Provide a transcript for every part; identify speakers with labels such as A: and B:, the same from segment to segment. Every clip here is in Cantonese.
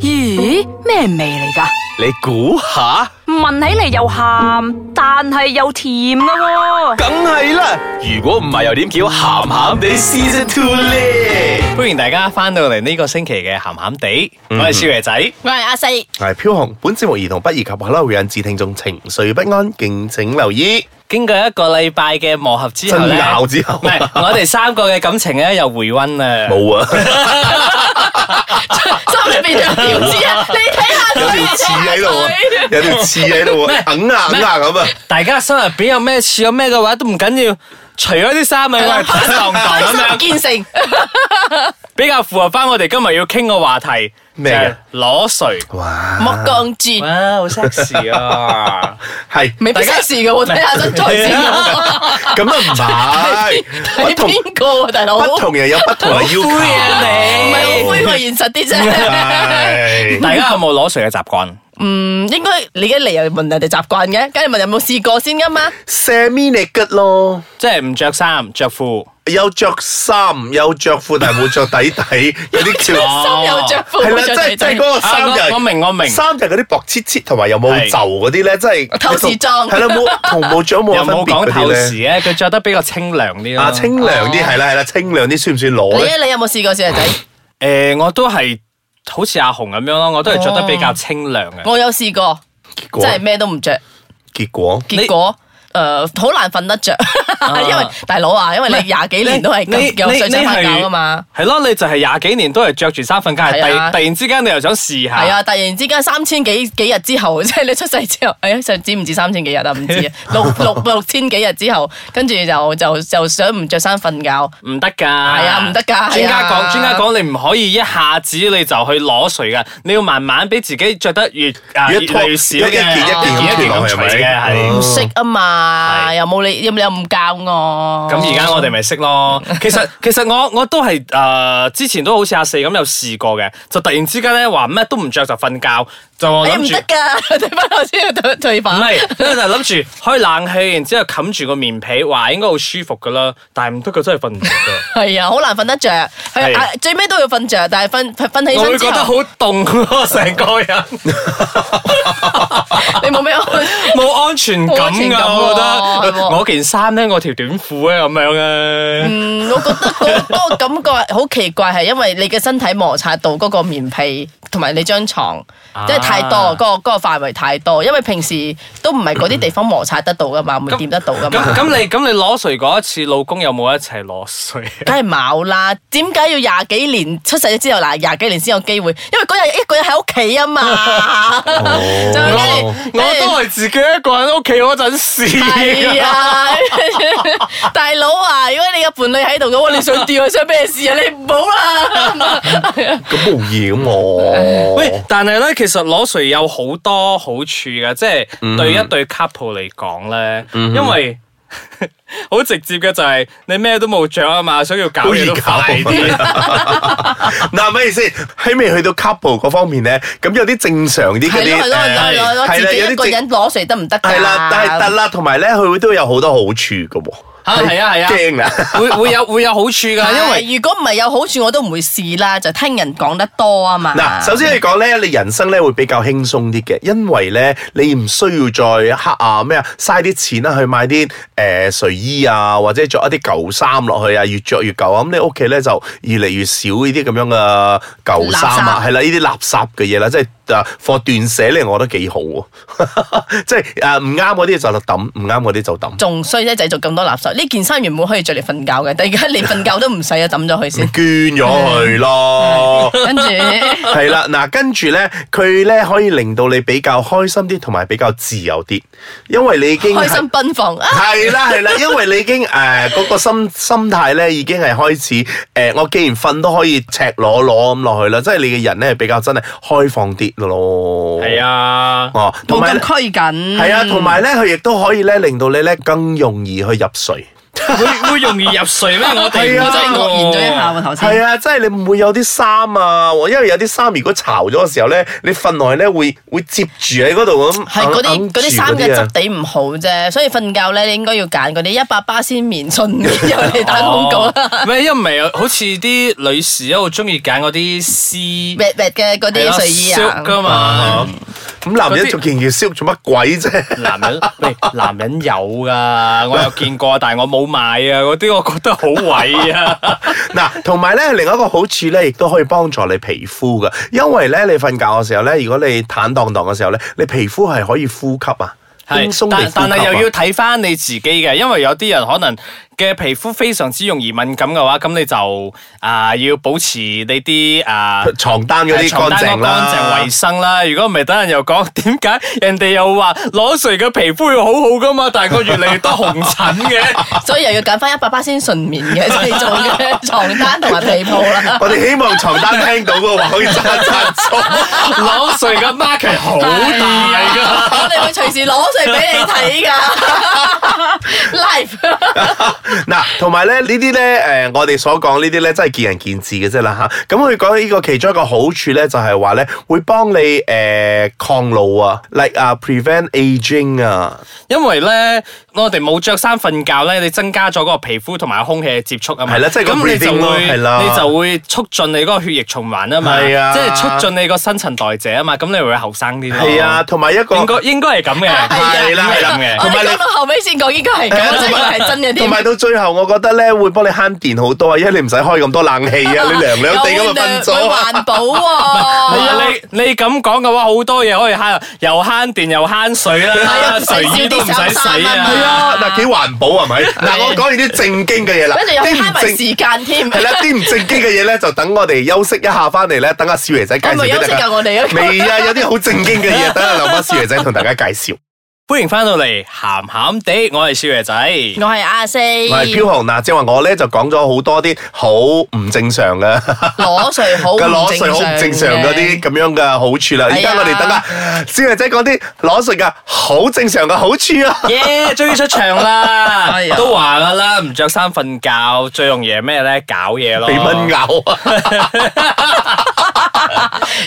A: 咦，咩味嚟噶？
B: 你估下，
A: 聞起嚟又鹹，但係又甜噶喎、
B: 梗係啦。如果唔係，又點叫鹹鹹地 Season Two 咧？
C: 歡迎大家翻到嚟呢個星期嘅鹹鹹地，
D: 嗯
C: 我係少爺仔。
E: 我係阿四，
D: 系飘紅，本節目兒童不宜及可能會引致聽眾情緒不安，敬請留意。
C: 經過一個禮拜嘅磨合之後咧，
D: 爭拗之後
C: 唔係我哋三個嘅感情咧又回温啦。
D: 冇
B: à?
D: 啊，
E: 心裏邊有條刺啊！你睇下佢，
D: 有條刺喺度啊，有條刺喺度啊，硬啊硬啊咁啊，
C: 大家心入邊有咩事有咩嘅話都唔緊要，除咗啲衫啊咪我係坦蕩蕩咁
E: 開
C: 樣
E: 心，見成，
C: 比較符合翻我哋今日要傾嘅話題
D: 咩
C: 就
D: 嘅
C: 係裸睡。
D: 哇，
E: 莫降住，
C: 哇，好 sexy 啊！
D: 係
E: 未必識事嘅喎，睇下身材先喎。
D: 咁啊唔
E: 睇
D: 係，不同
E: 邊個啊，大佬？
D: 不
E: 唔
D: 同人有不同嘅要求，
C: 灰啊
E: 係好灰我現實啲啫。
D: 係
C: 大家有冇裸睡嘅習慣？
E: 嗯，應該你一嚟又問人哋習慣嘅，梗係問有冇試過先噶嘛。
D: semi naked 咯。
C: 即係唔着衫着褲。
D: 有着衫，有着褲，但係冇着底底，有 啲叫
E: 心有着褲，
D: 係啦，
E: 冇
D: 即
E: 着
D: 係即係
E: 底仔
D: 嗰。個衫就
C: 啊
D: 係
C: 我我明我明
D: 衫就係嗰啲薄切切同埋有冇
C: 係
D: 袖嗰啲咧，即係
E: 透視裝
D: 係啦，冇同冇獎冇
C: 又
D: 有分
C: 冇
D: 別
C: 講
D: 嗰啲
C: 透視
D: 咧。
C: 咧，佢着得比較清涼啲咯。
D: 啊，清涼啲係啦係啦，清涼啲算唔算裸
E: 你
D: 咧？
E: 咧，你有冇試過小人仔？
C: 诶、我都係好似阿紅咁樣咯，我都係着得比較清涼嘅。
E: 我有試過，
D: 結
E: 真
D: 果
E: 係咩都唔着。
D: 結果
E: 結果誒好、難瞓得着， 因為大佬啊，因為你廿幾年都係咁有睡醒瞓覺噶嘛。
C: 系咯，你就係廿幾年都係着住衫瞓覺，
E: 係啊
C: 突突然之間你又想試下，
E: 係啊！突然之間三千幾幾日之後，即 係你出世之後，哎呀，上知唔知三千幾日啊？唔知啊， 六六六千幾日之後，跟住就就就想唔着衫瞓覺，係
C: 唔得㗎，係
E: 啊，唔得。㗎。
C: 專家
E: 係啊
C: 講，專家講，你唔可以一下子你就去攞水㗎，你要慢慢俾自己着得越啊
D: 越
C: 越嚟越少嘅，
D: 一件一件
C: 啊
D: 咁
C: 一件
D: 脱落
C: 咁
D: 去係
C: 除
D: 咪
C: 嘅係。
E: 唔識啊嘛，
C: 係
E: 又冇你，又又唔教我。
C: 咁而家我哋咪識 咯。其實其實我我都係誒、呃之前都好似阿四咁有試過嘅，就突然之間咧話咩都唔着就瞓覺，就我
E: 哎呀
C: 諗
E: 唔
C: 住
E: 得。㗎， 對翻頭先嘅對對白。
C: 唔係，因為就諗住開冷氣，然之後冚住個棉被，話應該好舒服噶啦。但係唔得噶，真係瞓唔着 噶。
E: 係啊，好難瞓得着，係
C: 係
E: 啊，最尾都要瞓着，但係瞓瞓起
C: 我會覺
E: 身之
C: 得好
E: 後，
C: 凍咯，成個人
E: 你冇 咩安
C: 冇安全感
E: 冇安全感
C: 㗎。
E: 喎
C: 我覺
E: 係
C: 得
E: 喎
C: 我件衫咧，我條短褲咧咁樣嘅。
E: 嗯，我覺得嗰嗰個感覺好 奇怪，係因為你嘅身體摩擦到嗰個棉被同埋你張床，即係太多
C: 啊
E: 嗰個嗰個範圍太多，因為平時都唔係嗰啲地方摩擦得到噶嘛，唔會掂得到噶
C: 咁
E: 嘛。
C: 咁你咁你攞水嗰一次，老公有冇一齊攞水？啊
E: 梗係冇啦，點解要廿幾年出世之後嗱廿幾年先有機會？因為嗰日一個人喺屋企啊嘛，
D: 哦
E: 就係
C: 我我都係自己一個人喺屋企嗰陣
E: 係
C: 試。
E: 啊，大佬啊，如果你嘅伴侶喺度嘅話，你想調佢想咩事啊？你唔好啦。
D: 咁冇嘢咁我
C: 喂，但係咧，其實攞水有好多好處嘅，即係
D: 嗯
C: 對一對 couple 嚟講咧，因為 好直接嘅就係你咩都冇着啊嘛，所以要搞
D: 好
C: 嘢
D: 易
C: 都
D: 搞
C: 快啲。
D: 嗱，咪先喺未去到 couple 嗰方面咧，咁有啲正常啲嗰
E: 係
D: 啲
E: 咯係咯
D: 誒
E: 係咯係咯，
D: 係啦
E: 自己
D: 有啲
E: 一個
D: 正
E: 人啊攞水得唔得㗎？
D: 係啦，但係得啦，同埋咧佢都有好多好處嘅喎。
C: 啊係啊係 啊
D: 驚啦！
C: 會會有會有好處 㗎，因為
E: 係。如果唔係有好處，我都唔會試啦。就聽人講得多啊嘛。
D: 嗱，首先你講咧，你人生咧會比較輕鬆啲嘅，因為咧你唔需要再黑啊咩啊，嘥啲錢啦去買啲誒、呃睡衣啊，或者着一啲舊衫落去啊，越着越舊啊。咁你屋企咧就越嚟越少呢啲咁樣嘅舊衫啊
E: 垃，圾
D: 係啦，呢啲垃圾嘅嘢啦，即係啊貨斷捨咧，我覺得幾好 喎，即係誒唔啱嗰啲就抌，唔啱嗰啲就抌。
E: 仲衰咧，製造咁多垃圾。呢件衫原本可以着嚟瞓覺嘅，但而家你瞓覺都唔使啊，抌咗 佢先。
D: 捐咗佢咯。
E: 跟住
D: 係啦，嗱，跟住咧，佢咧可以令到你比較開心啲，同埋比較自由啲，因為你已經
E: 開心奔放啊！
D: 係啦 係啦，因為你已經誒嗰、個心心態咧已經係開始誒、呃我既然瞓都可以赤裸裸咁落去啦，即係你嘅人咧比較真係開放啲咯。
C: 係，啊，
D: 哦，同
E: 冇
D: 埋
E: 咁拘謹。
D: 係啊，同埋咧佢亦都可以咧令到你咧更容易去入睡。
C: 會會容易入睡 咩？我哋
D: 係
C: 哦
D: 啊
E: 我真係愕然咗一下喎頭
D: 係
E: 先。
D: 啊，即係你唔會有啲衫啊，因為有啲衫如果潮咗嘅時候咧，你瞓落去咧會會接住喺嗰度咁，
E: 係嗰
D: 揞
E: 啲嗰啲衫嘅
D: 揞
E: 質
D: 住啊
E: 地唔好啫，所以瞓覺咧，你應該要揀嗰啲一百巴仙棉順 棉，又嚟打廣告啦。
C: 哦咩？因為唔係好似啲女士一路中意揀嗰啲絲
E: 滑滑嘅嗰啲睡衣啊，
C: 噶嘛。
D: 咁男人
C: 嗰啲
D: 仲件件燒做乜鬼啫？
C: 男人喂，男人有噶，我有見過，但係我冇買啊。嗰啲我覺得好毀啊。
D: 嗱，同埋咧，另一個好處咧，亦都可以幫助你皮膚噶，因為咧，你瞓覺嘅時候咧，如果你坦蕩蕩嘅時候咧，你皮膚係可以呼吸啊，輕鬆
C: 係，
D: 地呼吸
C: 但但係又要
D: 啊。
C: 睇翻你自己嘅，因為有啲人可能嘅皮膚非常之容易敏感嘅話，咁你就啊、要保持你啲啊。
D: 床單
C: à,
D: 嗰啲乾淨啦，
C: 乾淨衞生啦。如果唔係，等人又 講點解人哋又話裸睡嘅皮膚要好好噶嘛，但係個越嚟越多紅疹 嘅。
E: 所以又要揀翻一百巴仙純棉嘅製造嘅床單同埋被鋪啦。
D: 我哋希望床單聽到嘅話可以贊贊助。
C: 裸睡嘅 market 好大噶。
E: 我哋會隨時攞出嚟俾你睇噶 ，live。
D: 嗱，同埋咧呢啲咧，誒、我哋所講呢啲咧，真係見仁見智嘅啫啦吓。咁佢講呢個其中一個好處咧，就係話咧會幫你誒、抗老啊，like 啊 prevent aging 啊。
C: 因為咧，我哋冇着衫瞓覺咧，你增加咗嗰個皮膚同埋空氣嘅接觸啊嘛，
D: 係啦即係個
C: 咁你就
D: breathing 咯
C: 會
D: 係啦
C: 你就會促進你嗰個血液循環啊嘛，
D: 係啊
C: 即係促進你個新陳代謝啊嘛，咁你會後生啲咯。
D: 係
E: 哦
D: 啊，，同埋一個
C: 應該應該係咁 嘅，
D: 係啦係啦
C: 咁
E: 啊我
C: 嘅。
D: 同埋
E: 哋
D: 你啊
E: 講到後尾先講，應該係咁，我真係係真嘅
D: 同
E: 添。
D: 埋到最後，我覺得咧會幫你慳電好多啊，因為你唔使開咁多冷氣啊，你涼涼地咁就瞓咗
E: 又
D: 啊。
E: 環保喎，
C: 係啊，你你咁講嘅話，好多嘢可以慳，又慳電又慳水啦，
E: 係啊
C: 睡
E: 唔使
C: 衣都唔使
E: 燒啲衫
C: 洗
E: 衫啊
D: 係
C: 啊。
D: 啊， 嗱幾環保係咪？嗱，我講完啲正經嘅嘢啦，
E: 跟住又
D: 啲唔
E: 慳埋
D: 正
E: 時間添。
D: 係啦，啲唔正經嘅嘢咧，就等我哋休息一下，翻嚟咧，等阿少爺仔介紹俾
E: 我咪休
D: 大
E: 息
D: 家。
E: 㗎我哋啊
D: 未啊，有啲好正經嘅 嘢，等阿留翻少爺仔同大家介紹。
C: 歡迎翻到嚟，鹹鹹地，我係少爺仔。
E: 我係阿四，
D: 我係飄紅嗱，正話我咧就講咗好多啲好唔正常嘅
E: 裸睡 好唔
D: 嘅
E: 正啊
D: 裸睡好唔正常嗰啲咁樣嘅好處啦。而家我哋等下少爺仔講啲裸睡嘅好正常嘅好處啊！
C: 耶！終於出場啦
E: 哎呀，
C: 都話噶啦，唔着衫瞓覺最容易係咩咧？搞嘢
E: 哦
C: 咯，
D: 被蚊咬啊！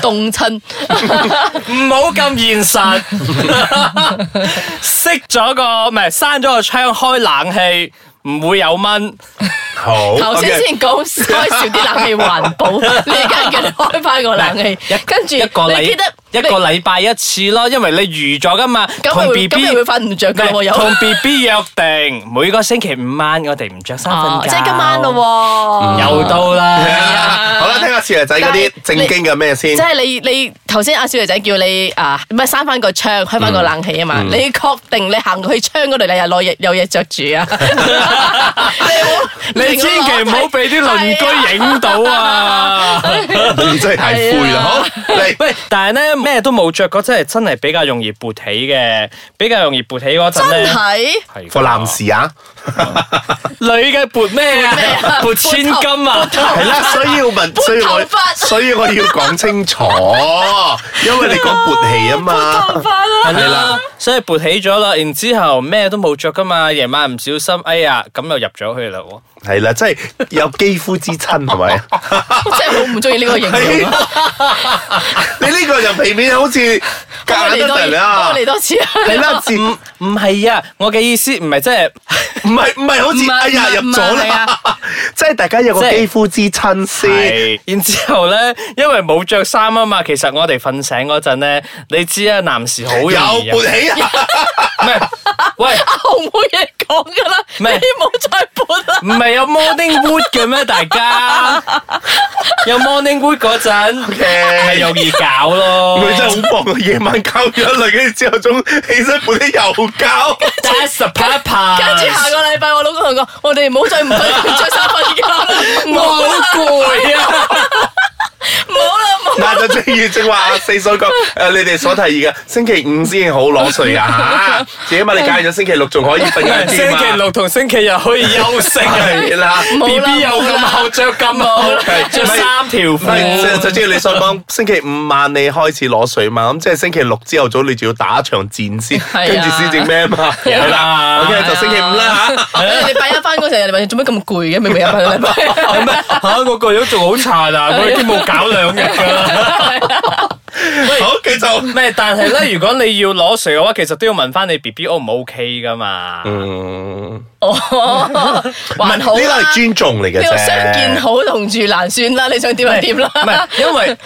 E: 凍親，
C: 唔好咁現實。熄咗個唔係閂咗個窗開冷氣，唔會有蚊。
D: 好，
E: 頭先
D: OK
E: 先講開少啲冷氣環 保，你而家叫你開翻個冷氣，跟住
C: 一個
E: 你記
C: 禮
E: 得
C: 一個禮拜一次咯，因為你預咗噶嘛，
E: 咁咪
C: 同 B
E: 會咁
C: B
E: 咪會瞓唔着㗎喎，有
C: 同 B B 約定每個星期五晚我哋唔着衫
E: 哦
C: 瞓覺，
E: 即係今晚咯
C: 嗯
E: 喎，嗯
C: 又到 啦。
E: 啊
D: 好啦，聽下少爺仔嗰啲
E: 但係
D: 正
E: 你
D: 經嘅咩先
E: 即。係你你頭先阿少爺仔叫你啊，唔係閂翻個窗，開翻個冷氣啊
C: 嗯
E: 嘛。你確定你行過去窗嗰度，你又攞嘢有嘢着住啊？你
C: 你千祈唔好俾啲鄰
E: 啊
C: 居影到啊！
D: 你真係太灰
E: 係
D: 啦！
E: 啊
D: 好嚟。
C: 喂，但係咧咩都冇着嗰真係真係比較容易勃起嘅，比較容易勃起嗰陣
E: 真
C: 咧，
E: 係
C: 係㗎
D: for 男士啊，
C: 女嘅勃 咩啊
E: 勃咩啊？
C: 勃千金 啊！
D: 係 啦，所以要問，所以
E: 撥頭髮
D: 我所以我要講清楚，因為你講勃起啊 嘛，
C: 係啦，所以勃起咗啦，然之後咩都冇着噶嘛，夜晚唔小心，哎呀，咁又入咗去啦喎。
D: 係啦，即係有肌膚之親係 咪？
E: 真係好唔中意呢個形 容啊。
D: 你呢個就避免好似
C: 哎
E: 幫我
D: 夾硬
E: 嚟
D: 得
E: 多，
D: 嚟
E: 幫
D: 啦
E: 我，嚟多次啊！
D: 係啦，字唔
C: 唔唔係啊，我嘅意思唔係即係，
D: 係唔係好
E: 唔
D: 似
E: 係
D: 哎呀
E: 唔係
D: 入咗
E: 唔係
D: 啦
E: 啊，
D: 即係大家有個
C: 即係
D: 肌膚之親先。
C: 係 然之後咧，因為冇着衫啊嘛，其實我哋瞓醒嗰陣咧，你知啊，男士好容
D: 有
C: 易啊
D: 勃起 啊！
C: 唔係，喂。
E: 我冇嘢講噶啦，你
C: 咩
E: 唔好再撥啦。
C: 唔係有 morning wood 嘅咩？大家有 morning wood 嗰陣，咪容易搞咯。
D: 佢真係好忙啊！夜晚搞咗一輪，跟住之後仲起身勃起又搞，
C: That's the purpose。
E: 跟住下個禮拜，我老公同我講：我哋唔好再唔瞓，着衫瞓覺啦，唔
C: 我
E: 好
C: 好
E: 啦，
C: 攰啊！
E: 唔好啦，唔好
D: 嗱就正如正話阿四所講，誒你哋所提議嘅星期五先好攞税啊嚇，最起碼你揀咗星期六仲可以瞓晏
C: 星
D: 啲啊嘛
C: 期六同星期日可以休息啊！
D: 係啦。
E: 冇
C: B
E: 啦
C: B 又咁厚着咁厚，着三條
D: 唔係，
C: 褲。
D: 就就正如你所講，星期五晚你開始攞水嘛，咁即係星期六朝頭早你就要打一場戰先，
E: 係啊
D: 跟住先至咩嘛，係啦
C: 係啊
D: ，OK 就星期五啦嚇。
E: 你禮拜一翻工成日，你問做咩咁攰嘅？明明有份禮拜。
C: 係咩？嚇！我個樣仲好 殘啊！我已經冇搞兩日㗎啦。
D: 好，繼續。
C: 咩？但係咧，如果你要攞水嘅話，其實都要問翻你 B B O 唔 O K 㗎嘛。
D: 嗯，
E: 哦，還好
D: 呢個
E: 啦
D: 係。尊重嚟嘅
E: 呢
D: 啫。
E: 個相見好啊同住難，算啦，你想點就點啦。
C: 唔係，因 為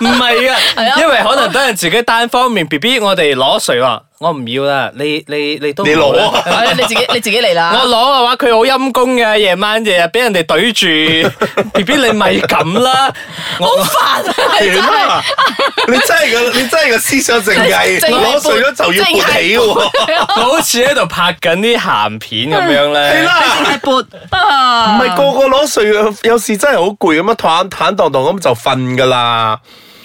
C: 唔係
E: 係啊
C: 啊，因為可能都係自己單方面。B B，我哋攞水話，我唔要啦，你你你都唔
D: 你
C: 好啦
D: 攞啊
E: 係啊你自己你自己嚟
C: 我攞
E: 啦。
C: 嘅話，佢好陰功嘅，夜晚日日俾人哋懟住。B B，你咪咁啦，我
D: 點啊？你真係個你真係個思想正義，
E: 正義
D: 攞碎咗就要撥起喎。
E: 啊
C: 我好似喺度拍緊啲鹹片咁樣
D: 係
C: 咧。
D: 啦，唔
E: 啊
D: 係個個攞碎，有時真係好攰咁樣坦坦蕩蕩咁就瞓噶啦。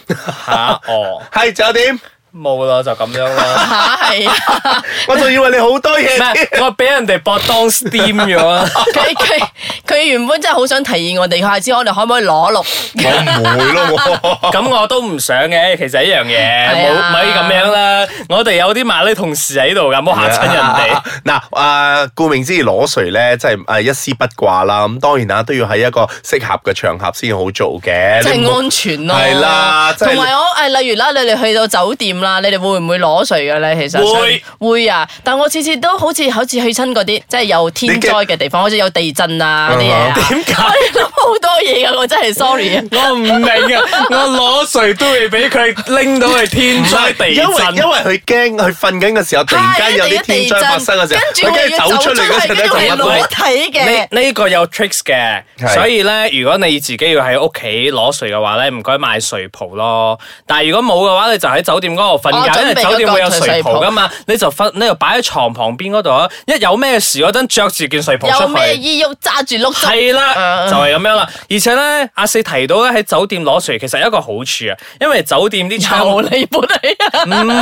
C: 嚇，哦，
D: 係仲有點？
C: 冇啦，就咁樣 啦。
E: 嚇係啊！
D: 我仲以為你好多嘢
C: 唔
D: 添。
C: 係，我俾人哋搏當 steam 咗啊啦。
E: 佢佢佢原本真係好想提議我哋，下次我哋可唔可以攞六？
D: 我唔會 咯，我
C: 咁我都唔想嘅，其實一樣嘢，
E: 係
C: 冇
E: 啊
C: 咪咁樣啦。我哋有啲麻利同事喺度噶，唔好嚇親人 哋。。
D: 嗱，啊，顧名思義攞誰咧，即係誒一絲不掛啦。咁當然啦，都要喺一個適合嘅場合先好做嘅。
E: 即
D: 你
E: 係
D: 唔好
E: 安全咯，
D: 係啦即係
E: 同埋我誒，例如啦，你哋去到酒店啦，你哋會唔會攞水嘅咧？其實
C: 會
E: 會啊，但我次次都好似好似去親嗰啲即係有天災嘅地方，好似有地震啊
D: 嗯
E: 嗰啲嘢 啊，
C: 點解
E: 我哋諗好多嘢㗎，我真係 sorry 啊！
C: 我唔明啊！我攞水都會俾佢拎到去天災地
D: 因為因
C: 震。
D: 為佢驚佢瞓緊嘅時候，突然間有啲天災發生嘅時候，
E: 跟
D: 佢
E: 住我
D: 驚
E: 要
D: 走
E: 走
D: 出
E: 出
D: 嚟
E: 嚟
D: 嗰
E: 嗰
D: 陣
E: 陣
D: 咧
E: 咧
D: 就
E: 就
D: 一
E: 一
D: 路
E: 路睇嘅。
C: 呢呢個有 tricks 嘅，
D: 係
C: 所以咧，如果你自己要喺屋企攞睡嘅話咧，唔該買睡袍咯。但係如果冇嘅話，你就喺酒店嗰度瞓
E: 哦
C: 覺，因為
E: 準備嗰個
C: 酒店會有睡袍
E: 睡袍
C: 噶嘛，你就瞓，你就擺喺床旁邊嗰度啊。一有咩事嗰陣，着住件睡袍
E: 有
C: 出
E: 咩
C: 去。
E: 衣喐揸住碌竹，
C: 係啦，
E: 嗯
C: 就係咁樣啦。而且咧，阿四提到咧喺酒店攞水，其實有一個好處啊，因為酒店啲窗
E: 求
C: 唔
E: 你本嚟啊！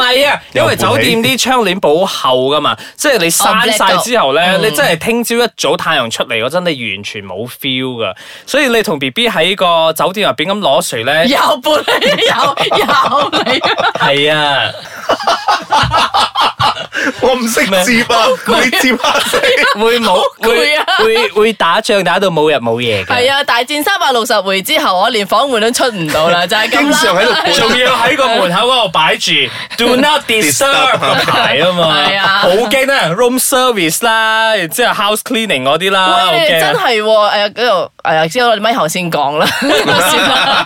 C: 係 啊，因為酒店啲窗簾保厚噶嘛，即係你閂晒之後咧，
E: 哦，black 到
C: 你真係聽朝一早太陽出嚟嗰陣，你完全冇 feel 噶。所以你同 B B 喺個酒店入邊咁攞水咧，
E: 有本嚟，有有你啊！
C: 係啊，
D: 我唔識接啊，你接啊死！
C: 會 冇會
E: 攰啊
C: 會會打仗打到冇日冇夜嘅。
E: 係啊！大戰三百六十回之後，我連房門都出唔到啦，就係咁
D: 經
E: 啦。
D: 常喺度
C: 仲要喺個門口嗰度 擺住 Do not disturb 個牌啊嘛，
E: 係啊
C: 好驚啊 room service 啦，然之後 house cleaning 嗰啲啦，好
E: 喂，
C: 驚
E: 真
C: 啊。
E: 係喎，誒嗰度誒，之後我哋咪後先 講啦，算啦。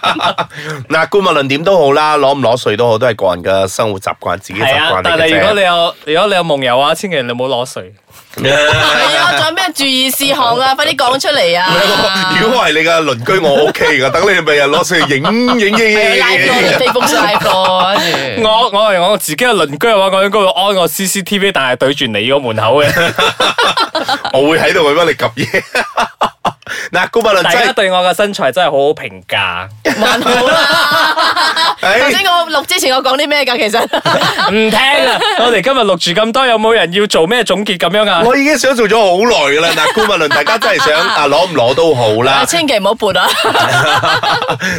D: 嗱，顧物論點都好啦，攞唔攞水都好，都係個人嘅生活習慣，自己習
C: 係啊
D: 慣，嚟
C: 但
D: 嘅
C: 係如果 你
D: 啫。
C: 有如果你有夢遊啊，千祈你唔好 攞水。
E: 係啊，仲有咩注意事項啊？快啲講出嚟啊！
D: 如果我係你嘅鄰居，我 OK 噶，等你咪日攞水影影影影
E: 係啊 live
D: 影。
E: 咯，Facebook live 咯，
D: 嗯
E: 跟住。
C: 我我係我自己嘅鄰居嘅話，我應該會安個 CCTV，但係對住你個門口 嘅，
D: 我會喺度為乜你及嘢。嗱，顧 物論
C: 大家
D: 真係，
C: 對我嘅身材真係好好評 價。
E: 還好啦。頭
D: 哎
E: 先我錄之前我講啲咩㗎？其實
C: 唔聽啊！我哋今日錄住咁多，有冇人要做咩總結咁樣啊？
D: 我已經想做咗好耐噶啦。嗱，顧物論大家真 係想啊攞唔攞都好啦。
E: 千祈唔好撥啊！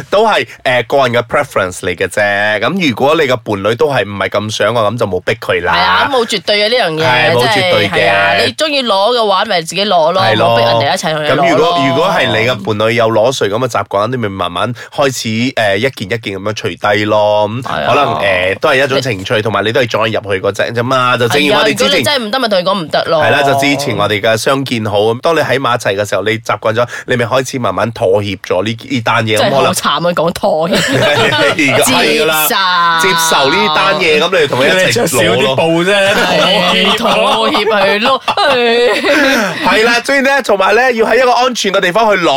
D: 都係誒、呃、個人嘅 preference 嚟嘅啫。咁如果你嘅伴侶都係唔係咁想嘅，咁就冇逼佢
E: 係啊，
D: 啦。
E: 冇絕對嘅呢樣
D: 係
E: 嘢，
D: 冇
E: 真
D: 絕對
E: 係
D: 嘅
E: 係啊！你中意攞嘅話，咪自己攞咯，
D: 係
E: 唔好逼人哋一齊同你攞咯
D: 咁如果如果係你嘅伴侶有攞水咁嘅習慣，你咪慢慢開始誒、呃一件一件咁樣除低咯。咁
E: 係啊
D: 可能誒、呃都係一種情趣，同埋你都係 join 入去嗰隻啫嘛。就正如
E: 係啊
D: 我哋
E: 如果
D: 之前
E: 你真。係唔得，咪同佢講唔得咯。
D: 係啦，就之前我哋嘅相見好咁，當你喺埋一齊嘅時候，你習慣咗，你咪開始慢慢妥協咗呢呢單嘢，
E: 真
D: 咁
E: 係
D: 可能
E: 好慘啊！講妥協。
D: 係啦接
E: 接
D: 受呢單嘢，咁你同佢一
C: 叫你
D: 齊
C: 着少
D: 攞咯
C: 啲。布啫，
E: 係啊
D: 啊
E: 妥協係咯，係
D: 系啦，所以咧，同埋咧，要喺一個安全嘅地方去攞，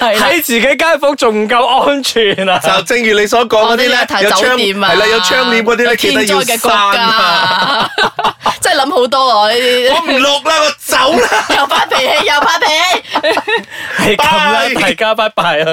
E: 啦
C: 喺自己間房仲唔夠安全啊！
D: 就正如你所講嗰啲咧，有
E: 酒
D: 窗
E: 店
D: 係
E: 啊，
D: 啦，有窗簾嗰啲咧，
E: 有
D: 記
E: 天
D: 得要
E: 災嘅國
D: 閂啊！
E: 家， 真係諗好多啊！呢
D: 我
E: 啲
D: 唔落啦，我走啦。
E: 又發脾氣，又發脾
C: 係
E: 氣。
C: 咁啦，
D: 拜
C: 大家拜拜啊！